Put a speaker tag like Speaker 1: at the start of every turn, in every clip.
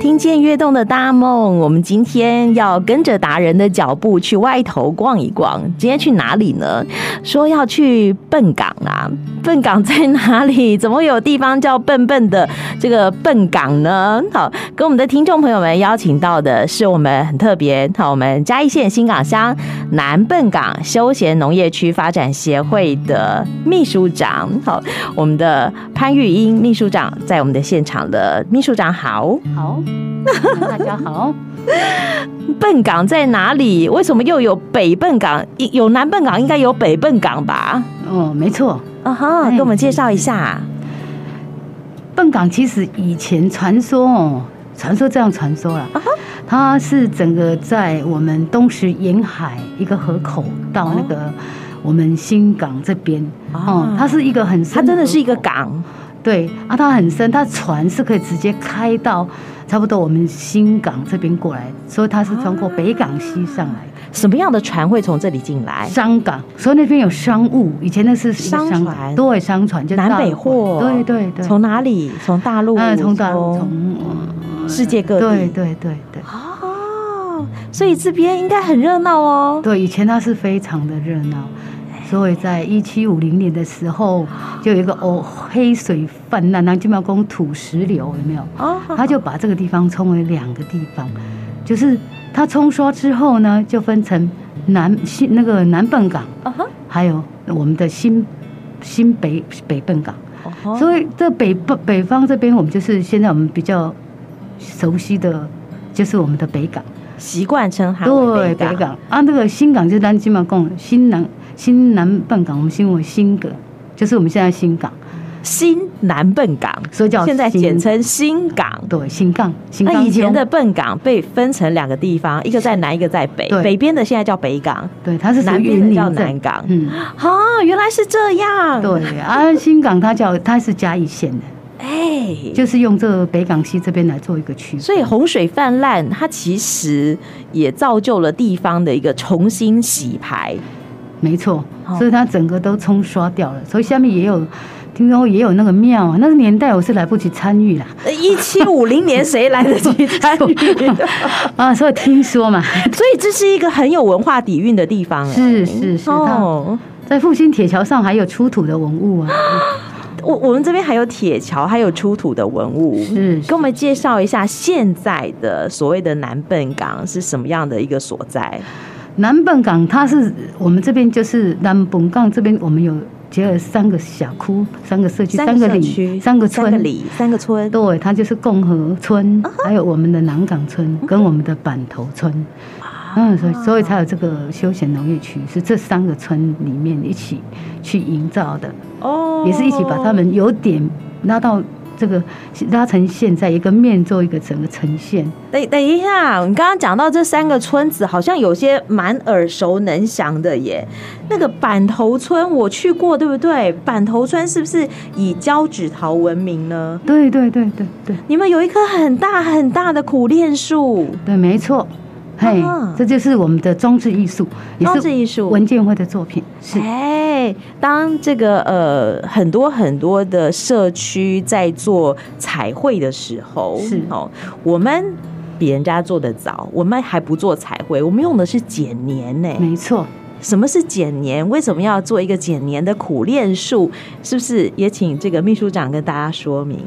Speaker 1: 听见跃动的大梦，我们今天要跟着达人的脚步去外头逛一逛。今天去哪里呢？说要去笨港啊，笨港在哪里？ 怎么有地方叫笨笨的这个笨港呢？好，跟我们的听众朋友们邀请到的是我们很特别，好，我们嘉义县新港乡南笨港休闲农业区发展协会的秘书长，好，我们的潘玉英秘书长在我们的现场的秘书长好。
Speaker 2: 好，大家好。
Speaker 1: 笨港在哪里？为什么又有北笨港？有南笨港，应该有北笨港吧？
Speaker 2: 哦，没错，
Speaker 1: 啊哈，
Speaker 2: 哎
Speaker 1: 给我们介绍一下。
Speaker 2: 笨港其实以前传说哦，传说这样传说了，
Speaker 1: 啊
Speaker 2: 它是整个在我们东石沿海一个河口到那个我们新港这边哦
Speaker 1: 哦啊，
Speaker 2: 它是一个很深
Speaker 1: 它真的是一个
Speaker 2: 河口，
Speaker 1: 港，
Speaker 2: 对啊，它很深，它船是可以直接开到差不多我们新港这边过来，所以它是穿过北港西上来的。
Speaker 1: 什么样的船会从这里进来？
Speaker 2: 商港，所以那边有商务，以前那是一个
Speaker 1: 商
Speaker 2: 港
Speaker 1: 船
Speaker 2: 对，商船就
Speaker 1: 南
Speaker 2: 大
Speaker 1: 北
Speaker 2: 陆啊
Speaker 1: 货
Speaker 2: 对对对，
Speaker 1: 从哪里？从大陆？
Speaker 2: 嗯从大陆从呃
Speaker 1: 世界各
Speaker 2: 对
Speaker 1: 地。
Speaker 2: 对对对
Speaker 1: 哦，所以这边应该很热闹哦。
Speaker 2: 对，以前它是非常的热闹，所以在一七五零年的时候，就有一个哦黑水泛滥，那金马宫土石流有没有？
Speaker 1: 哦，
Speaker 2: 他就把这个地方称为两个地方，就是它冲刷之后呢，就分成南新那个南笨港，
Speaker 1: 啊哈
Speaker 2: 还有我们的新新北北笨港。
Speaker 1: 哦吼
Speaker 2: 所以这北部北方这边，我们就是现在我们比较熟悉的，就是我们的北港，
Speaker 1: 习惯称它为
Speaker 2: 对
Speaker 1: 北
Speaker 2: 北
Speaker 1: 港。
Speaker 2: 港啊，那个新港就是咱金马贡新南新南笨港，我们新为新港，就是我们现在新港，
Speaker 1: 新南笨港，
Speaker 2: 所以叫
Speaker 1: 现在
Speaker 2: 新
Speaker 1: 简称新港。
Speaker 2: 对新港新港
Speaker 1: 那
Speaker 2: 乡。
Speaker 1: 以前的笨港被分成两个地方，一个在南，一个在北。
Speaker 2: 对
Speaker 1: 北边的现在叫北港，
Speaker 2: 对，它是属
Speaker 1: 南
Speaker 2: 于
Speaker 1: 边
Speaker 2: 云
Speaker 1: 的
Speaker 2: 林
Speaker 1: 叫
Speaker 2: 镇
Speaker 1: 南港。
Speaker 2: 嗯，
Speaker 1: 哦，原来是这样。，
Speaker 2: 对啊，新港它叫它是嘉义县的，
Speaker 1: 哎，
Speaker 2: 就是用这个北港西这边来做一个区分。
Speaker 1: 所以洪水泛滥，它其实也造就了地方的一个重新洗牌。
Speaker 2: 没错
Speaker 1: 好，
Speaker 2: 所以它整个都冲刷掉了，所以下面也有。听说也有那个庙啊，那个年代我是来不及参与啦，
Speaker 1: 呃一七五零年谁来得及参 与？
Speaker 2: 啊，所以听说嘛，
Speaker 1: 所以这是一个很有文化底蕴的地方、哎
Speaker 2: 是是是
Speaker 1: 哦，
Speaker 2: 在复兴铁桥上还有出土的文物啊，
Speaker 1: 我我们这边还有铁桥，还有出土的文物。
Speaker 2: 是
Speaker 1: 给我们介绍一下现在的所谓的南笨港是什么样的一个所在？
Speaker 2: 南本港，它是我们这边就是南本港这边，我们有结合三个峡谷、三个社区、
Speaker 1: 三个社区、
Speaker 2: 里、三个
Speaker 1: 三个
Speaker 2: 村。
Speaker 1: 里、三个村。
Speaker 2: 对，它就是共和村，
Speaker 1: 啊
Speaker 2: 还有我们的南港村
Speaker 1: 嗯
Speaker 2: 跟我们的板头村，
Speaker 1: 啊
Speaker 2: 嗯，所以所以才有这个休闲农业区，是这三个村里面一起去营造的，
Speaker 1: 哦
Speaker 2: 也是一起把他们有点拉到这个拉成现在一个面做一个整个呈现。
Speaker 1: 等等一下，你刚刚讲到这三个村子，好像有些蛮耳熟能详的耶。那个板头村我去过，对不对？板头村是不是以胶纸桃闻名呢？
Speaker 2: 对对对对对
Speaker 1: 你们有一棵很大很大的苦楝树，
Speaker 2: 对，没错，嘿
Speaker 1: 啊，
Speaker 2: 这就是我们的装置艺术，也
Speaker 1: 装置
Speaker 2: 是
Speaker 1: 艺术
Speaker 2: 文建会的作品，是
Speaker 1: 哎，当这个呃很多很多的社区在做彩绘的时候，
Speaker 2: 是
Speaker 1: 哦，我们比人家做的早，我们还不做彩绘，我们用的是剪黏呢。
Speaker 2: 没错。
Speaker 1: 什么是剪黏？为什么要做一个剪黏的苦练术？是不是也请这个秘书长跟大家说明？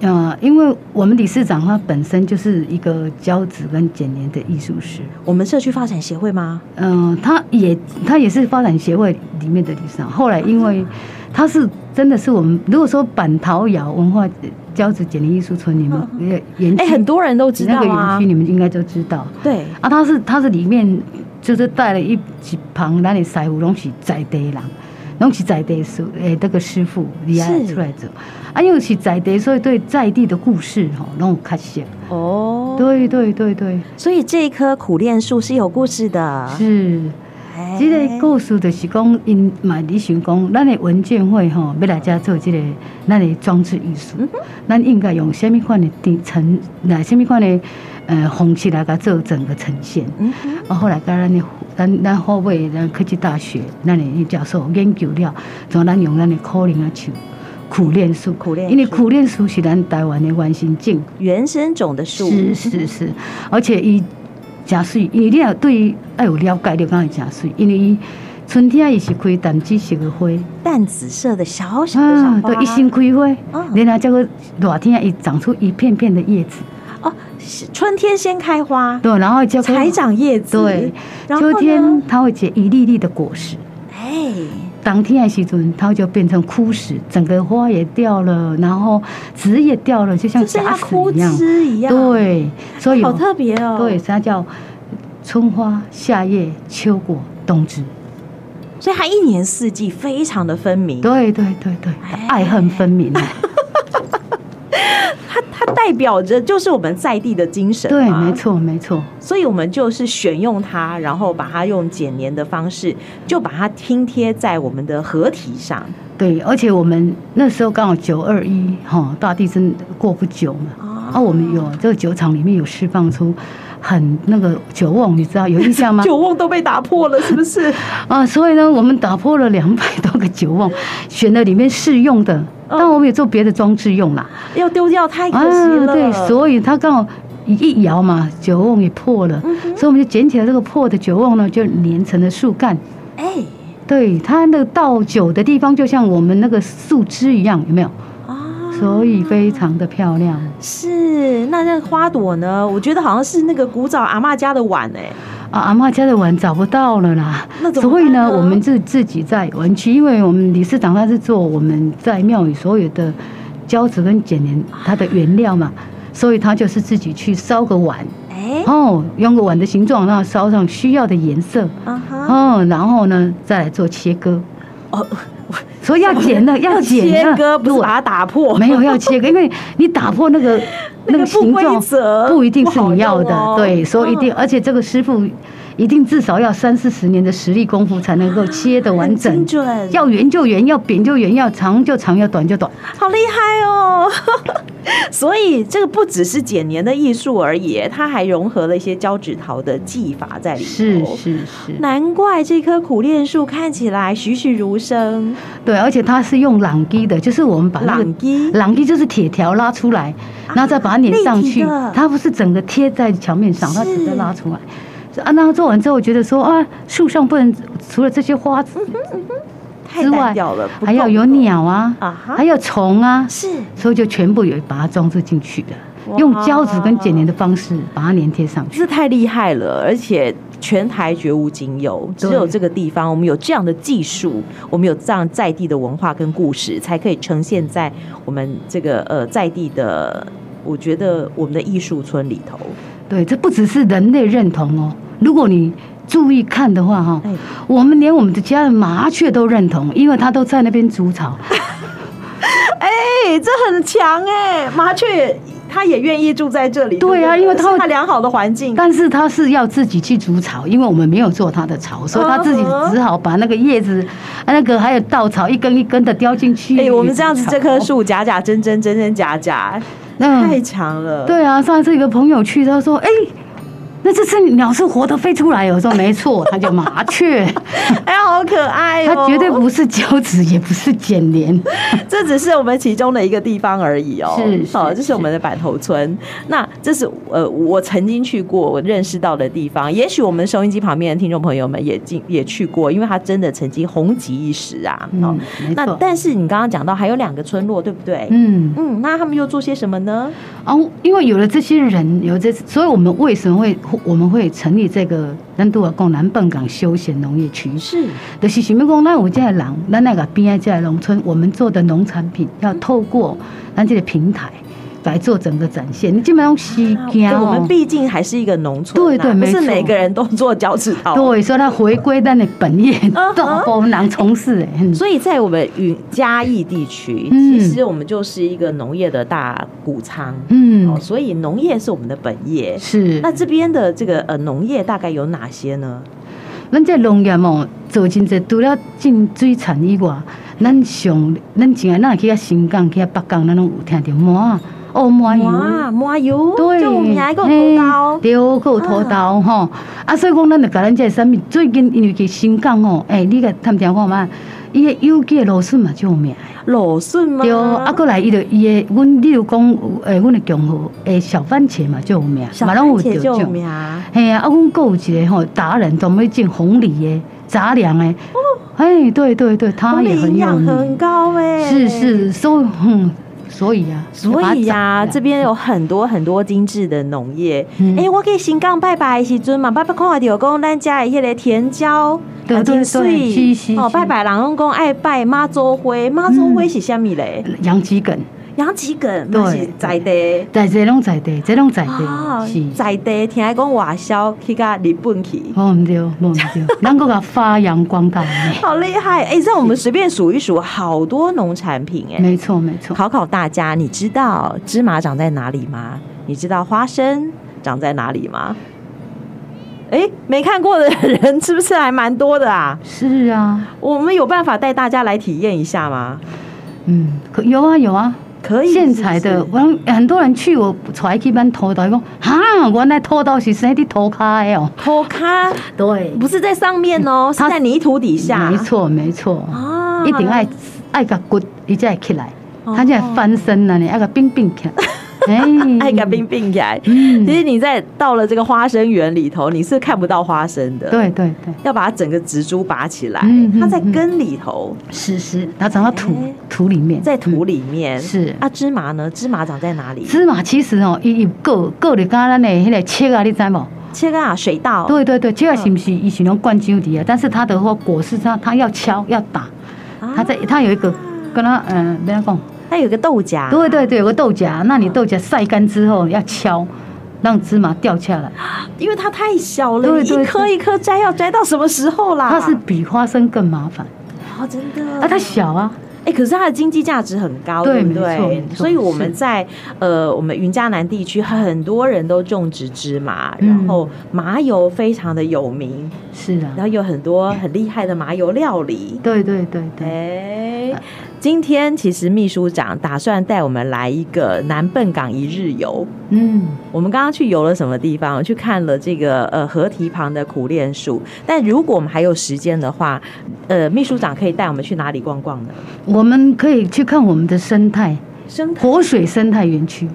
Speaker 2: 呃，因为我们理事长他本身就是一个胶纸跟剪黏的艺术师，
Speaker 1: 我们社区发展协会吗？
Speaker 2: 嗯、他也他也是发展协会里面的理事长。后来因为他是真的是我们如果说板桃窑文化胶纸剪黏艺术村，你们也园
Speaker 1: 哎、
Speaker 2: 区
Speaker 1: 很多人都知道
Speaker 2: 那个园
Speaker 1: 啊
Speaker 2: 区，你们应该都知道
Speaker 1: 对，
Speaker 2: 啊。他是他是里面就是带了一一旁那里师傅拢是在地人，拢是在地师诶，那个师傅伊啊
Speaker 1: 是
Speaker 2: 出来做，啊，因为是在地，所以对在地的故事吼，拢有较熟。
Speaker 1: 哦，
Speaker 2: 对对对对，
Speaker 1: 所以这一棵苦楝树是有故事的。
Speaker 2: 是。
Speaker 1: 哎
Speaker 2: 即个故事就是讲，因嘛伫想讲，咱的文件会吼，要来遮做即、个咱的装置艺
Speaker 1: 嗯
Speaker 2: 术，咱应该用什物款的底层，来什物款的呃方式来甲做整个呈现。
Speaker 1: 嗯哼
Speaker 2: 啊，后来甲咱的咱咱后尾咱科技大学，咱的女教授研究了，从咱用咱的苦练啊树，苦练树，
Speaker 1: 苦楝
Speaker 2: 因为
Speaker 1: 树
Speaker 2: 苦练树是咱台湾的原生种。
Speaker 1: 原生种的树，
Speaker 2: 是是是，而且伊诚水，因为你若对伊爱有了解，你就讲伊诚水，因为伊春天伊是开淡紫色的花，啊
Speaker 1: 淡紫色的小小的小花，
Speaker 2: 对，一心开花，
Speaker 1: 嗯
Speaker 2: 然后再个热天伊长出一片片的叶子，
Speaker 1: 哦，是春天先开花，
Speaker 2: 对，然后结果
Speaker 1: 才长叶子，
Speaker 2: 对，
Speaker 1: 然后
Speaker 2: 秋
Speaker 1: 呢
Speaker 2: 天它会结一粒粒的果实。
Speaker 1: 哎，
Speaker 2: 当天的时阵，它就变成枯死，整个花也掉了，然后籽也掉了，就像
Speaker 1: 就是
Speaker 2: 假
Speaker 1: 要
Speaker 2: 死
Speaker 1: 枯
Speaker 2: 一样。
Speaker 1: 枝一样，，
Speaker 2: 对，所以
Speaker 1: 好特别哦，
Speaker 2: 对，，它叫春花、夏叶、秋果、冬至。
Speaker 1: 所以它一年四季非常的分明，
Speaker 2: 对对对对
Speaker 1: 哎，
Speaker 2: 爱恨分明啊。
Speaker 1: 它它代表着就是我们在地的精神，
Speaker 2: 对，没，错没错，
Speaker 1: 所以我们就是选用它，然后把它用剪黏的方式，就把它拼贴在我们的合体上，
Speaker 2: 对。而且我们那时候刚好九二一哈大地震过不久嘛，
Speaker 1: 哦
Speaker 2: 啊，我们有这个酒厂里面有释放出很那个酒瓮，你知道有印象吗？
Speaker 1: 酒瓮都被打破了，是不 是？
Speaker 2: 啊，所以呢，我们打破了两百多个酒瓮，选了里面适用的，
Speaker 1: 嗯
Speaker 2: 当然我们也做别的装置用啦。
Speaker 1: 要丢掉太可惜了，
Speaker 2: 啊对，所以它刚好一摇嘛，酒瓮也破了，
Speaker 1: 嗯哼
Speaker 2: 所以我们就捡起来这个破的酒瓮呢，就连成了树干。
Speaker 1: 哎
Speaker 2: 对，它那个倒酒的地方就像我们那个树枝一样，有没有？
Speaker 1: 啊，
Speaker 2: 所以非常的漂亮。
Speaker 1: 是，那那个花朵呢？我觉得好像是那个古早阿嬷家的碗哎、
Speaker 2: 啊，阿妈家的碗找不到了啦
Speaker 1: 那，怎么
Speaker 2: 所以
Speaker 1: 办
Speaker 2: 呢，
Speaker 1: 呢
Speaker 2: 我们自自己在园区，因为我们理事长他是做我们在庙宇所有的胶纸跟剪黏它的原料嘛，所以他就是自己去烧个碗，
Speaker 3: 哎，
Speaker 2: 哦，用个碗的形状，然后烧上需要的颜色，
Speaker 1: 啊哈，
Speaker 2: 哦，然后呢再来做切割，
Speaker 1: 哦，
Speaker 2: 所以要 剪的，要剪
Speaker 1: 切
Speaker 2: 的，
Speaker 1: 割，不是
Speaker 2: 对
Speaker 1: 把它打破，
Speaker 2: 没有要切割，因为你打破那个
Speaker 1: 那个
Speaker 2: 那个形
Speaker 1: 不规
Speaker 2: 状
Speaker 1: 则
Speaker 2: 不一定是你要
Speaker 1: 不好
Speaker 2: 的，
Speaker 1: 用哦
Speaker 2: 对，所以一定，
Speaker 1: 嗯
Speaker 2: 而且这个师傅一定至少要三四十年的实力功夫才能够切的完
Speaker 1: 很
Speaker 2: 整
Speaker 1: 精。准，
Speaker 2: 要圆就圆，要扁就圆，要长就长，要短就短。
Speaker 1: 好厉害哦！ 所以这个不只是剪黏的艺术而已，它还融合了一些胶纸陶的技法在里头。
Speaker 2: 是是是，
Speaker 1: 难怪这棵苦楝树看起来栩栩如生，
Speaker 2: 对，而且它是用朗基的，就是我们把那
Speaker 1: 朗
Speaker 2: 个
Speaker 1: 基啊
Speaker 2: 朗基就是铁条拉出来，然后再把它
Speaker 1: 立
Speaker 2: 粘上
Speaker 1: 体
Speaker 2: 去
Speaker 1: 的，
Speaker 2: 它不是整个贴在墙面上，它只是拉出来。啊，那做完之后，我觉得说啊，树上不能除了这些花
Speaker 1: 嗯太
Speaker 2: 之外
Speaker 1: 单调了，不
Speaker 2: 还要
Speaker 1: 动
Speaker 2: 有
Speaker 1: 不动
Speaker 2: 鸟啊，
Speaker 1: 啊哈
Speaker 2: 还有虫啊，
Speaker 1: 是
Speaker 2: 所以就全部有把它装置进去的
Speaker 1: 哇，
Speaker 2: 用胶纸跟剪粘的方式把它粘贴上去。
Speaker 1: 这太厉害了，而且全台绝无仅有，
Speaker 2: 对
Speaker 1: 只有这个地方我们有这样的技术，我们有这样在地的文化跟故事，才可以呈现在我们这个呃在地的，我觉得我们的艺术村里头。
Speaker 2: 对，这不只是人类认同哦，如果你注意看的话哈、
Speaker 1: 哎
Speaker 2: 我们连我们的家的麻雀都认同，因为它都在那边筑巢。
Speaker 1: 嗯哎、这很强哎、麻雀它也愿意住在这里。
Speaker 2: 对啊
Speaker 1: 不
Speaker 2: 因为它会
Speaker 1: 是它良好的环境。
Speaker 2: 但是它是要自己去筑巢，因为我们没有做它的巢，所以它
Speaker 1: 嗯
Speaker 2: 自己只好把那个叶子、啊那个还有稻草一根一根的叼进去。哦
Speaker 1: 哎、我们这样子，这棵
Speaker 2: 棵
Speaker 1: 树假假真真，真真假假，太强了。
Speaker 2: 嗯对啊，上次有个朋友去，他说：“哎、那这次鸟是活的飞出来哦。”我说：“没错，它叫麻雀，
Speaker 1: 哎、好可爱哦！
Speaker 2: 它绝对不是胶纸，也不是剪莲。
Speaker 1: 这只是我们其中的一个地方而已哦。
Speaker 2: 是是
Speaker 1: 好，这是我们的板头村。那这是呃，我曾经去过，我认识到的地方。也许我们收音机旁边的听众朋友们也进也去过，因为它真的曾经红极一时啊。哦
Speaker 2: 嗯，没
Speaker 1: 那
Speaker 2: 错。
Speaker 1: 但是你刚刚讲到还有两个村落，对不对？
Speaker 2: 嗯，
Speaker 1: 嗯，那他们又做些什么呢？
Speaker 2: 哦，因为有了这些人，有这，所以我们为什么会我们会成立这个南都瓦贡南笨港休闲农业区？
Speaker 1: 是
Speaker 2: 就是想要讲，咱有这些人，咱那个边的这些农村，我们做的农产品要透过咱这个平台来做整个展现。你基本上西
Speaker 1: 对
Speaker 2: 江
Speaker 1: 我们
Speaker 2: 哦，
Speaker 1: 毕竟还是一个农村啊，
Speaker 2: 对对
Speaker 1: 不
Speaker 2: 没
Speaker 1: 是
Speaker 2: 错
Speaker 1: 每个人都做脚趾头。
Speaker 2: 对，所以它回归咱的本业
Speaker 1: 嗯，
Speaker 2: 都好难从事诶。嗯
Speaker 1: 所以在我们云嘉义地区，
Speaker 2: 嗯
Speaker 1: 其实我们就是一个农业的大谷仓，哦，
Speaker 2: 嗯，
Speaker 1: 所以农业是我们的本业。
Speaker 2: 是。
Speaker 1: 那这边的这个呃农业大概有哪些呢？
Speaker 2: 咱这农业哦，做真侪，除了种水产以外，咱上咱真爱，咱若去遐新港、去遐北港，咱拢有听着麻哦麻油。
Speaker 1: 哇，麻油，
Speaker 2: 对，
Speaker 1: 就我们还够头刀
Speaker 2: 嘿，对，还有土豆吼，啊，所以讲，咱就甲咱这产品，最近因为去新港吼，诶、你甲探听看嘛，伊的有机的芦笋嘛，就有名的。
Speaker 1: 芦笋吗？
Speaker 2: 对，啊，过来伊就伊的，阮你有讲，诶，阮的共和诶小番茄嘛，就有名，
Speaker 1: 小
Speaker 2: 嘛
Speaker 1: 番
Speaker 2: 拢有
Speaker 1: 茄
Speaker 2: 着
Speaker 1: 就有
Speaker 2: 种。
Speaker 1: 名啊，
Speaker 2: 嘿啊，啊，阮阁有一个吼达人专门种红梨的、杂粮的，
Speaker 1: 哦
Speaker 2: 哎，对对对，
Speaker 1: 我
Speaker 2: 他
Speaker 1: 们
Speaker 2: 也
Speaker 1: 营
Speaker 2: 很有
Speaker 1: 养很
Speaker 2: 名，
Speaker 1: 高哎，
Speaker 2: 是是，所以嗯，所以啊，
Speaker 1: 所以呀、这
Speaker 2: 边
Speaker 1: 边有很多很多精致的农业。哎、
Speaker 2: 嗯
Speaker 1: 我给新港拜拜的时阵嘛，拜拜看到讲咱家的迄个甜椒，
Speaker 2: 对
Speaker 1: 很
Speaker 2: 对
Speaker 1: 清
Speaker 2: 对
Speaker 1: 水
Speaker 2: 是是
Speaker 1: 哦，
Speaker 2: 是
Speaker 1: 拜拜人拢讲爱拜妈祖灰，妈祖灰是虾米嘞？
Speaker 2: 养鸡梗，
Speaker 1: 洋桔梗嘛是在地。
Speaker 2: 在这拢在地，这拢在
Speaker 1: 哦
Speaker 2: 地，是，
Speaker 1: 在地听讲外销去到日本去，
Speaker 2: 无哦毋对，无毋 对，咱搁甲发扬光大呢，
Speaker 1: 好厉害！哎、让我们随便数一数，好多农产品哎、
Speaker 2: 没错没错，
Speaker 1: 考考大家，你知道芝麻长在哪里吗？你知道花生长在哪里吗？哎，没看过的人是不是还蛮多的啊？
Speaker 2: 是啊，
Speaker 1: 我们有办法带大家来体验一下吗？
Speaker 2: 嗯，可有啊有啊。
Speaker 1: 可以，
Speaker 2: 现采的，
Speaker 1: 是不
Speaker 2: 我很多人去我才去咱土豆，伊讲哈，原来土豆是生伫土骹的哦。
Speaker 1: 是头咖
Speaker 2: 对
Speaker 1: 不是在上面哦，是
Speaker 2: 嗯它
Speaker 1: 在泥土底下，
Speaker 2: 没错没错，
Speaker 1: 啊
Speaker 2: 一定爱爱甲骨，伊才会起来，
Speaker 1: 哦
Speaker 2: 它才会翻身啊呢，你爱甲冰冰 起来。哎
Speaker 1: 爱跟冰冰起来。
Speaker 2: 嗯
Speaker 1: 其实你在到了这个花生园里头，你是看不到花生的，，
Speaker 2: 对对对，
Speaker 1: 要把它整个植株拔起来
Speaker 2: 嗯，嗯
Speaker 1: 它在
Speaker 2: 嗯
Speaker 1: 根里头，
Speaker 2: 是是，它长到土
Speaker 1: 哎
Speaker 2: 土里面，
Speaker 1: 在土里面
Speaker 2: 是
Speaker 1: 啊，芝麻呢？芝麻长在哪里？
Speaker 2: 芝麻其实哦，伊有个个咧，敢咱的迄个切啊，你知无？
Speaker 1: 切割啊，水稻。
Speaker 2: 对对对，切
Speaker 1: 哦
Speaker 2: 啊是不是伊是用灌酒的啊？但是它的话果实上它要敲要打，
Speaker 1: 啊，
Speaker 2: 它在它有一个跟它嗯，别讲。
Speaker 1: 它有一个豆荚。
Speaker 2: 对对对，有个豆荚，那你豆荚晒干之后要敲，让芝麻掉下来。
Speaker 1: 因为它太小了，
Speaker 2: 对
Speaker 1: 你
Speaker 2: 对
Speaker 1: 一颗
Speaker 2: 对
Speaker 1: 一颗摘，要摘到什么时候啦？
Speaker 2: 它是比花生更麻烦，
Speaker 1: 哦，真的
Speaker 2: 啊，它小啊，
Speaker 1: 哎，可是它的经济价值很高，
Speaker 2: 对
Speaker 1: 不
Speaker 2: 没错
Speaker 1: 对
Speaker 2: 没？错
Speaker 1: 所以我们在呃，我们云嘉南地区很多人都种植芝麻，
Speaker 2: 嗯
Speaker 1: 然后麻油非常的有名，
Speaker 2: 是啊
Speaker 1: 然，后有很多很厉害的麻油料理。
Speaker 2: 对对对对，
Speaker 1: 哎，
Speaker 2: 啊
Speaker 1: 今天其实秘书长打算带我们来一个南笨港一日游。
Speaker 2: 嗯，
Speaker 1: 我们刚刚去游了什么地方？我去看了这个呃河堤旁的苦楝树。但如果我们还有时间的话，呃，秘书长可以带我们去哪里逛逛呢？
Speaker 2: 我们可以去看我们的生态，
Speaker 1: 生态，
Speaker 2: 活水生态园区，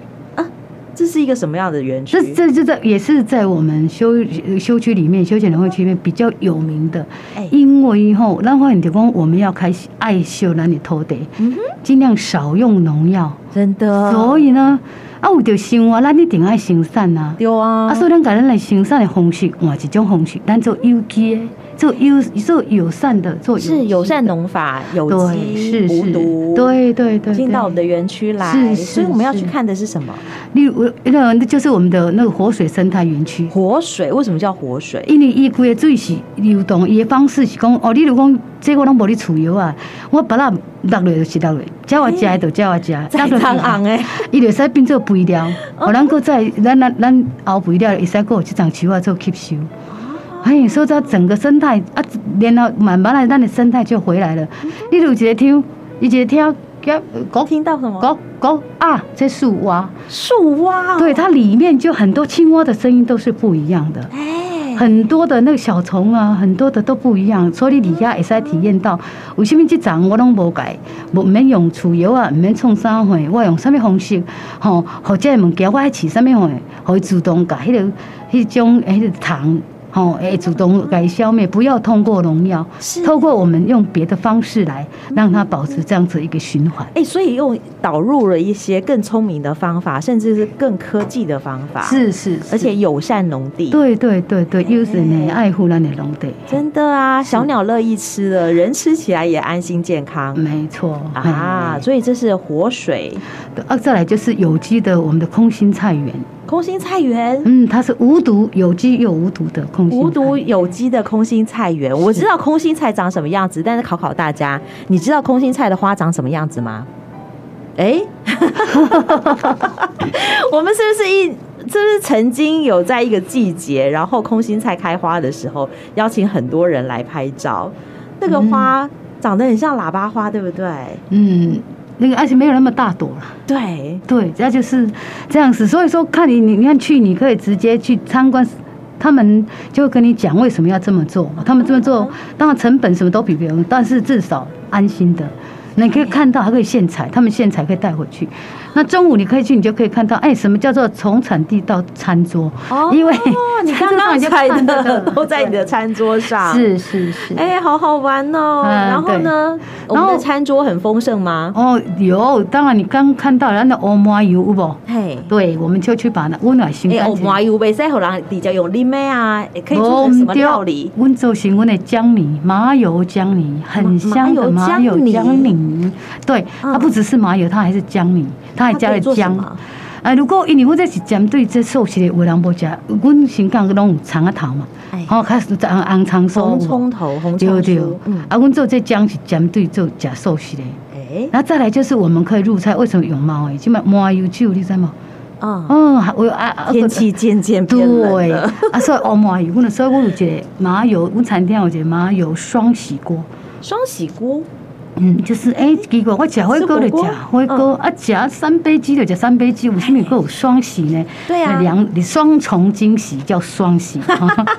Speaker 1: 这是一个什么样的园区？
Speaker 2: 这这这这也是在我们休休区里面休闲农会区里面比较有名的，
Speaker 1: 哎，
Speaker 2: 因为吼，咱发现就讲我们要开始爱惜咱的土地，
Speaker 1: 嗯哼，哦
Speaker 2: 尽量少用农药，
Speaker 1: 真的，
Speaker 2: 所以呢，啊，有着生活，咱一定爱生产啊。
Speaker 1: 丢啊，
Speaker 2: 啊，所以咱甲咱来生产的方式换一种方式，咱做有机的，做友做友善的，做
Speaker 1: 是
Speaker 2: 机
Speaker 1: 友善
Speaker 2: 的，
Speaker 1: 农法，有
Speaker 2: 对，
Speaker 1: 机
Speaker 2: 是
Speaker 1: 无
Speaker 2: 是
Speaker 1: 毒，，
Speaker 2: 对对对，
Speaker 1: 进到我
Speaker 2: 对
Speaker 1: 们的园区来。
Speaker 2: 是是
Speaker 1: 所以我们要去
Speaker 2: 是
Speaker 1: 看的是什么？
Speaker 2: 例如那那就是我们的那个活水生态园区。
Speaker 1: 活水，为什么叫活水？
Speaker 2: 因为伊规个水是流动，伊的方式是讲，哦，你如果讲这个拢无你厝药啊，我把它落落就是落落，鸟我食的就鸟我食，
Speaker 1: 在
Speaker 2: 落
Speaker 1: 苍昂 哎，
Speaker 2: 伊就会使变做肥料，哦，咱搁再咱咱咱后肥料会使搁有即丛树啊做吸收。嘿，所以说整个生态啊，然后慢慢来，咱的生态就回来了。你有一个听，伊一个听，叫国
Speaker 1: 听到什么？
Speaker 2: 国国啊，这树蛙，
Speaker 1: 树蛙哦，
Speaker 2: 对，它里面就很多青蛙的声音都是不一样的，
Speaker 1: 哎，
Speaker 2: 很多的那个小虫啊，很多的都不一样，所以你遐会使体验到。为什么这丛我拢无改，无毋免用除药啊，毋免创啥货，我用啥物方式，吼、或者物件我爱饲啥物货，互伊自动甲迄、个迄种迄、个虫哦，哎，主动来消灭，不要通过农药，
Speaker 4: 是
Speaker 2: 透过我们用别的方式来让它保持这样子一个循环。
Speaker 1: 哎、所以用导入了一些更聪明的方法，甚至是更科技的方法，，
Speaker 2: 是是，是
Speaker 1: 啊而且哎友善农地。
Speaker 2: 对对对对，又是呢爱护咱的农地，
Speaker 1: 真的啊，小鸟乐意吃了，人吃起来也安心健康、
Speaker 2: 没错
Speaker 1: 啊。
Speaker 2: 嘿
Speaker 1: 所以这是活水
Speaker 2: 对啊，再来就是有机的我们的空心菜园，
Speaker 1: 空心菜园。
Speaker 2: 嗯，它是无毒、有机又无毒的空心菜
Speaker 1: 无毒有机的空心菜园，我知道空心菜长什么样子，但是考考大家，你知道空心菜的花长什么样子吗？ 哎，我们是不是一，是不是曾经有在一个季节，然后空心菜开花的时候，邀请很多人来拍照，那个花长得很像喇叭花，对不对？
Speaker 2: 嗯，那个而且没有那么大朵了。
Speaker 1: 对，
Speaker 2: 对，那就是这样子。所以说，看你你你看去，你可以直接去参观，他们就会跟你讲为什么要这么做。他们这么
Speaker 1: 嗯
Speaker 2: 做，当然成本什么都比别人，但是至少安心的。你
Speaker 1: 嗯
Speaker 2: 可以看到，还可以现采，他们现采可以带回去。那中午你可以去，你就可以看到，哎，什么叫做从产地到餐桌？
Speaker 1: 哦
Speaker 2: 因为
Speaker 1: 你
Speaker 2: 餐
Speaker 1: 刚
Speaker 2: 桌上
Speaker 1: 刚
Speaker 2: 已经
Speaker 1: 采
Speaker 2: 看到
Speaker 1: 的
Speaker 2: 了
Speaker 1: 都在你的餐桌上，
Speaker 2: 是是是，
Speaker 1: 哎、好好玩哦！
Speaker 2: 嗯
Speaker 1: 然后呢，我
Speaker 2: 对
Speaker 1: 们
Speaker 2: 然
Speaker 1: 的
Speaker 2: 后
Speaker 1: 餐桌很丰盛吗？
Speaker 2: 哦，有，当然你刚看到了那欧麻油有不？
Speaker 1: 嘿，
Speaker 2: 对，我们就去把那温暖心
Speaker 1: 哎，
Speaker 2: 干
Speaker 1: 我
Speaker 2: 净。
Speaker 1: 麻油袂使互人比较用啉的啊，也可以做成什么料理？
Speaker 2: 温州行温的姜泥，麻油姜泥，很香的
Speaker 1: 麻
Speaker 2: 麻
Speaker 1: 油
Speaker 2: 油
Speaker 1: 姜泥
Speaker 2: 姜泥。对，
Speaker 1: 嗯
Speaker 2: 它不只是麻油，它还是姜泥，它还加
Speaker 1: 它可
Speaker 2: 了姜
Speaker 1: 以做什么。
Speaker 2: 啊，如果因为我这是针对这素食的，有人无食，阮新港拢有葱仔头嘛
Speaker 1: 哎，
Speaker 2: 吼，较红红葱酥有
Speaker 1: 红
Speaker 2: 无，
Speaker 1: 葱头、红葱
Speaker 2: 对对
Speaker 1: 酥，嗯，，
Speaker 2: 啊，阮做这姜是针对做食素食的，
Speaker 1: 哎，
Speaker 2: 然后再来就是我们可以入菜，为什么用猫诶？即嘛麻油酒你知道吗？
Speaker 1: 啊，
Speaker 2: 嗯，还有啊，啊
Speaker 1: 天气渐渐变冷
Speaker 2: 对，
Speaker 1: 了，
Speaker 2: 啊，所以哦，麻油，阮所以我有一个麻油，阮餐厅有一个麻油双喜锅，
Speaker 1: 双喜锅
Speaker 2: 嗯，就是哎，奇怪，我食火锅就
Speaker 1: 吃火锅哎
Speaker 2: 食火锅，啊，食三杯鸡就食三杯鸡，为什么还有双喜呢？
Speaker 1: 对啊
Speaker 2: 那两双重惊喜叫双 喜。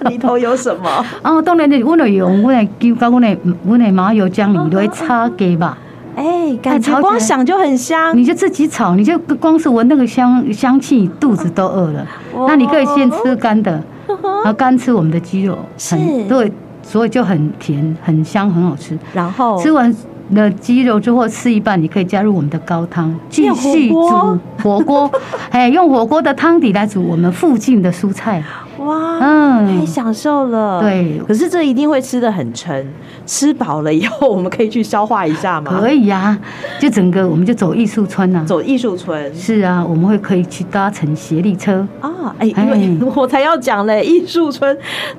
Speaker 1: 里头有什么？
Speaker 2: 哦，当然，阮就用阮的姜甲阮的阮的麻油酱泥来炒鸡吧，
Speaker 1: 哎，感觉
Speaker 2: 哎炒起来
Speaker 1: 光想就很香
Speaker 2: 你，就自己炒，你就光是闻那个香香气，肚子都饿了。
Speaker 1: 哦
Speaker 2: 那你可以先吃 干的。然后干吃我们的鸡肉，
Speaker 1: 是
Speaker 2: 很对，所以就很甜、很香、很好吃。
Speaker 1: 然后
Speaker 2: 吃完了鸡肉之后，吃一半你可以加入我们的高汤，继
Speaker 1: 变火
Speaker 2: 续
Speaker 1: 锅
Speaker 2: 煮火锅， 哎，用火锅的汤底来煮我们附近的蔬菜。
Speaker 1: 哇，啊太
Speaker 2: 嗯，
Speaker 1: 享受了，
Speaker 2: 对
Speaker 1: 可是这一定会吃的很撑，吃饱了以后，我们可以去消化一下吗？
Speaker 2: 可
Speaker 1: 以
Speaker 2: 以呀、就整个我们就走艺术村呐、啊。
Speaker 1: 走艺术村，
Speaker 2: 是啊，我们会可以去搭乘协力车。
Speaker 1: 啊，哎、因为 我才要讲嘞， 艺术村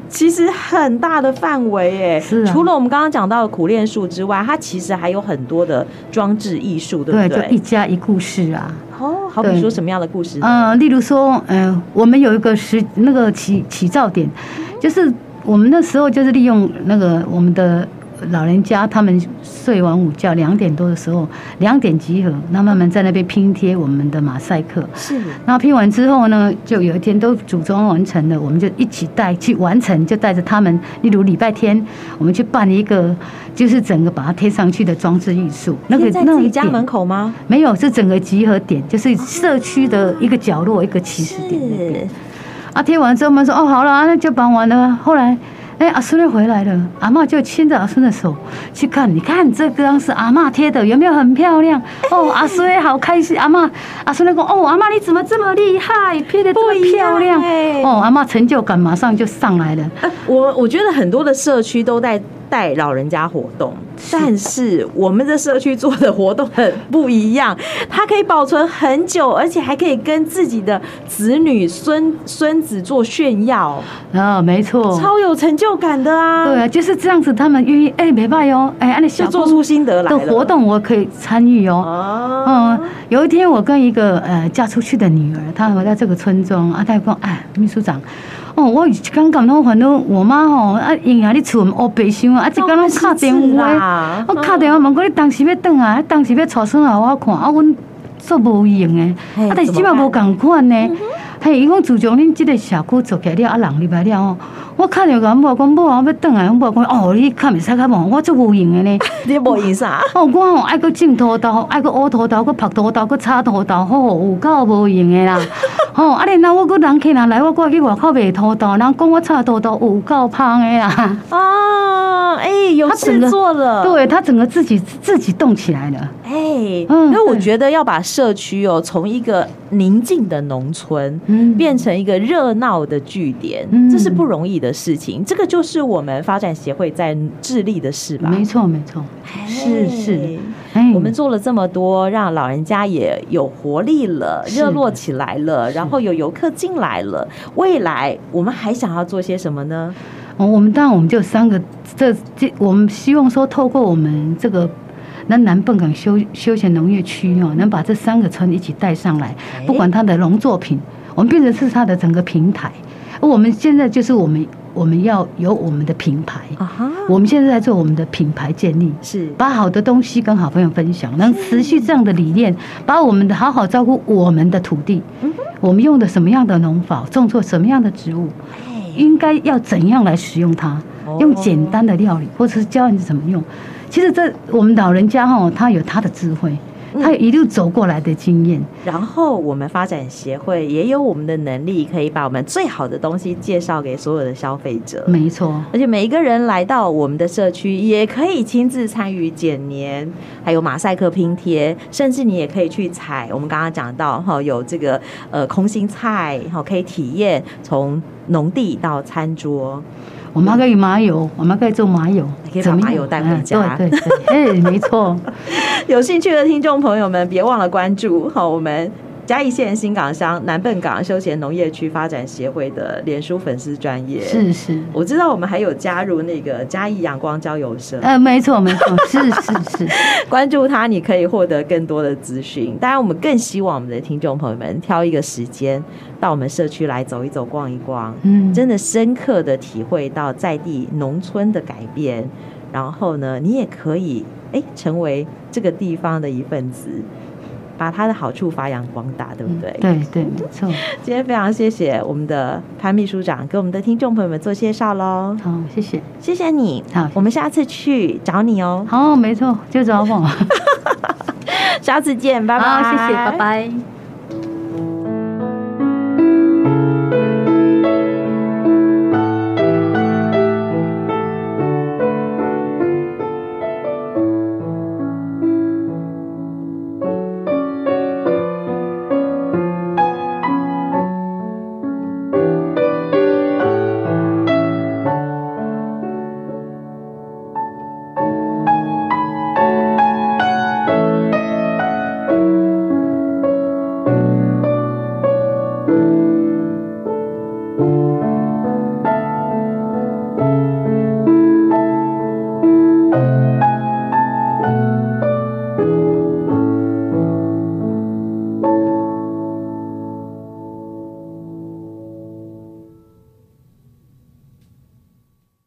Speaker 1: 其实很大的范围哎，
Speaker 2: 是啊
Speaker 1: 除了我们刚刚讲到的苦练术之外，它其实还有很多的装置艺术，对不
Speaker 2: 就
Speaker 1: 对？
Speaker 2: 一家一故事啊。
Speaker 1: 哦，好比
Speaker 2: 对
Speaker 1: 说什么样的故事呢？
Speaker 2: 呃，例如说，呃，我们有一个时那个起起照点，
Speaker 1: 嗯
Speaker 2: 就是我们那时候就是利用那个我们的老人家他们睡完午觉两点多的时候，两点集合，那慢慢在那边拼贴我们的马赛克。
Speaker 1: 是
Speaker 2: 然后拼完之后呢，就有一天都组装完成了，我们就一起带去完成，就带着他们，例如礼拜天，我们去办一个，就是整个把它贴上去的装置艺术。那个
Speaker 1: 贴在
Speaker 2: 那
Speaker 1: 自
Speaker 2: 个
Speaker 1: 己家
Speaker 2: 点
Speaker 1: 门口吗？
Speaker 2: 没有，是整个集合点，就是社区的一个角落，一个起始点那边。
Speaker 1: 是
Speaker 2: 啊，贴完之后，我们说哦，好了，啊那就忙完了。后来，哎，阿孙子回来了，阿嬷就牵着阿孙的手去看，你看这张是阿嬷贴的，有没有很漂 亮？哦，阿孙子好开心，阿嬷，阿孙子说，哦，阿嬷你怎么这么厉害，贴的这
Speaker 1: 不一
Speaker 2: 么
Speaker 1: 样
Speaker 2: 漂亮
Speaker 1: 哎？
Speaker 2: 哦，阿嬷成就感马上就上 来了。
Speaker 1: 我我觉得很多的社区都在带老人家活动，但是我们的社区做的活动很不一样， 它可以保存很久，而且还可以跟自己的子女、孙孙子做炫耀，
Speaker 2: 啊、没错，
Speaker 1: 超有成就感的啊！
Speaker 2: 对啊，就是这样子，他们愿意，哎，没办哦，哎，按你
Speaker 1: 就
Speaker 2: 小
Speaker 1: 做
Speaker 2: 公
Speaker 1: 出心得来
Speaker 2: 的
Speaker 1: 了
Speaker 2: 活动我可以参与哦。
Speaker 1: 哦，
Speaker 2: 嗯，有一天我跟一个呃嫁出去的女儿，她回到这个村庄，啊，她就讲，哎，秘书长，哦，我刚刚拢反正我妈吼，啊，因啊，你厝唔乌白相啊，啊，一工拢敲电
Speaker 1: 哦
Speaker 2: 话，哦
Speaker 1: 啦
Speaker 2: 我敲电话问讲你当时要转啊，当时要带孙来我看，啊，阮做无用的，
Speaker 1: 嘿
Speaker 2: 啊，但是
Speaker 1: 怎
Speaker 2: 即
Speaker 1: 么
Speaker 2: 摆
Speaker 1: 办
Speaker 2: 无共款呢。嘿，伊讲自从恁即个社区做起来了，啊人入来了吼，我看着阮某讲某啊，我要转来，阮某讲哦，你较袂使较忙，我足无用的呢。
Speaker 1: 你无用啥？
Speaker 2: 哦，我吼爱搁种土豆，爱搁挖土豆，搁晒土豆，搁炒土豆，吼、有够无用 的啦。吼、啊然后我搁人客人来，我搁去外口卖土豆，人讲我炒土豆有够芳的啦。
Speaker 1: 啊，哎、有
Speaker 2: 他整
Speaker 1: 事
Speaker 2: 个
Speaker 1: 做了，
Speaker 2: 对他整个自己自己动起来了。
Speaker 1: 哎、
Speaker 2: 嗯
Speaker 1: 那我
Speaker 2: 对
Speaker 1: 觉得要把社区哦，从一个宁静的农村。
Speaker 2: 嗯
Speaker 1: 变成一个热闹的据点，
Speaker 2: 嗯
Speaker 1: 这是不容易的事情。这个就是我们发展协会在致力的事吧？
Speaker 2: 没错没错，
Speaker 1: 哎
Speaker 2: 是是，哎，
Speaker 1: 我们做了这么多，让老人家也有活力了，
Speaker 2: 是
Speaker 1: 热络起来了，然后有游客进来了。未来我们还想要做些什么呢？
Speaker 2: 哦，我们当然我们就有三个，这这我们希望说透过我们这个南南笨港休休闲农业区哦，能把这三个村一起带上来，不管它的农作品，我们变成是它的整个平台。而我们现在就是我们我们要有我们的品牌，
Speaker 1: 啊哈，
Speaker 2: 我们现在在做我们的品牌建立。
Speaker 1: 是
Speaker 2: 把好的东西跟好朋友分享，能持续这样的理念，把我们的好好照顾我们的土地，
Speaker 1: 嗯
Speaker 2: 我们用的什么样的农法，种出什么样的植物，应该要怎样来使用它
Speaker 1: 哎哦，
Speaker 2: 用简单的料理，或者是教你怎么用。其实这我们老人家哈，他有他的智慧，
Speaker 1: 嗯
Speaker 2: 他有一路走过来的经验，
Speaker 1: 然后我们发展协会也有我们的能力，可以把我们最好的东西介绍给所有的消费者。
Speaker 2: 没错。
Speaker 1: 而且每一个人来到我们的社区，也可以亲自参与剪黏，还有马赛克拼贴，甚至你也可以去采。我们刚刚讲到哈，有这个呃空心菜，哈，可以体验从农地到餐桌。
Speaker 2: 我们还可以麻油，我们还可以做麻油
Speaker 1: 你可以，把
Speaker 2: 怎么
Speaker 1: 麻
Speaker 2: 样
Speaker 1: 油带回
Speaker 2: 嗯
Speaker 1: 家
Speaker 2: 对对对，哎，没错。
Speaker 1: 有兴趣的听众朋友们，别忘了关注好我们。嘉义县新港乡南笨港休闲农业区发展协会的脸书粉丝专业，
Speaker 2: 是是，
Speaker 1: 我知道我们还有加入那个嘉义阳光交友社，
Speaker 2: 呃，没错没错，是是是。
Speaker 1: 关注它，你可以获得更多的资讯。当然，我们更希望我们的听众朋友们挑一个时间到我们社区来走一走、逛一逛，
Speaker 2: 嗯
Speaker 1: 真的深刻的体会到在地农村的改变。然后呢，你也可以哎成为这个地方的一份子，把它的好处发扬光大，对不对？
Speaker 2: 对对，没错。
Speaker 1: 今天非常谢谢我们的潘秘书长给我们的听众朋友们做介绍喽，
Speaker 2: 好，谢谢。
Speaker 1: 谢谢你，
Speaker 2: 好
Speaker 1: 我们下次去找你哦，
Speaker 2: 好，没错，就找我。
Speaker 1: 下次见，拜拜，
Speaker 2: 好，谢谢，拜。拜。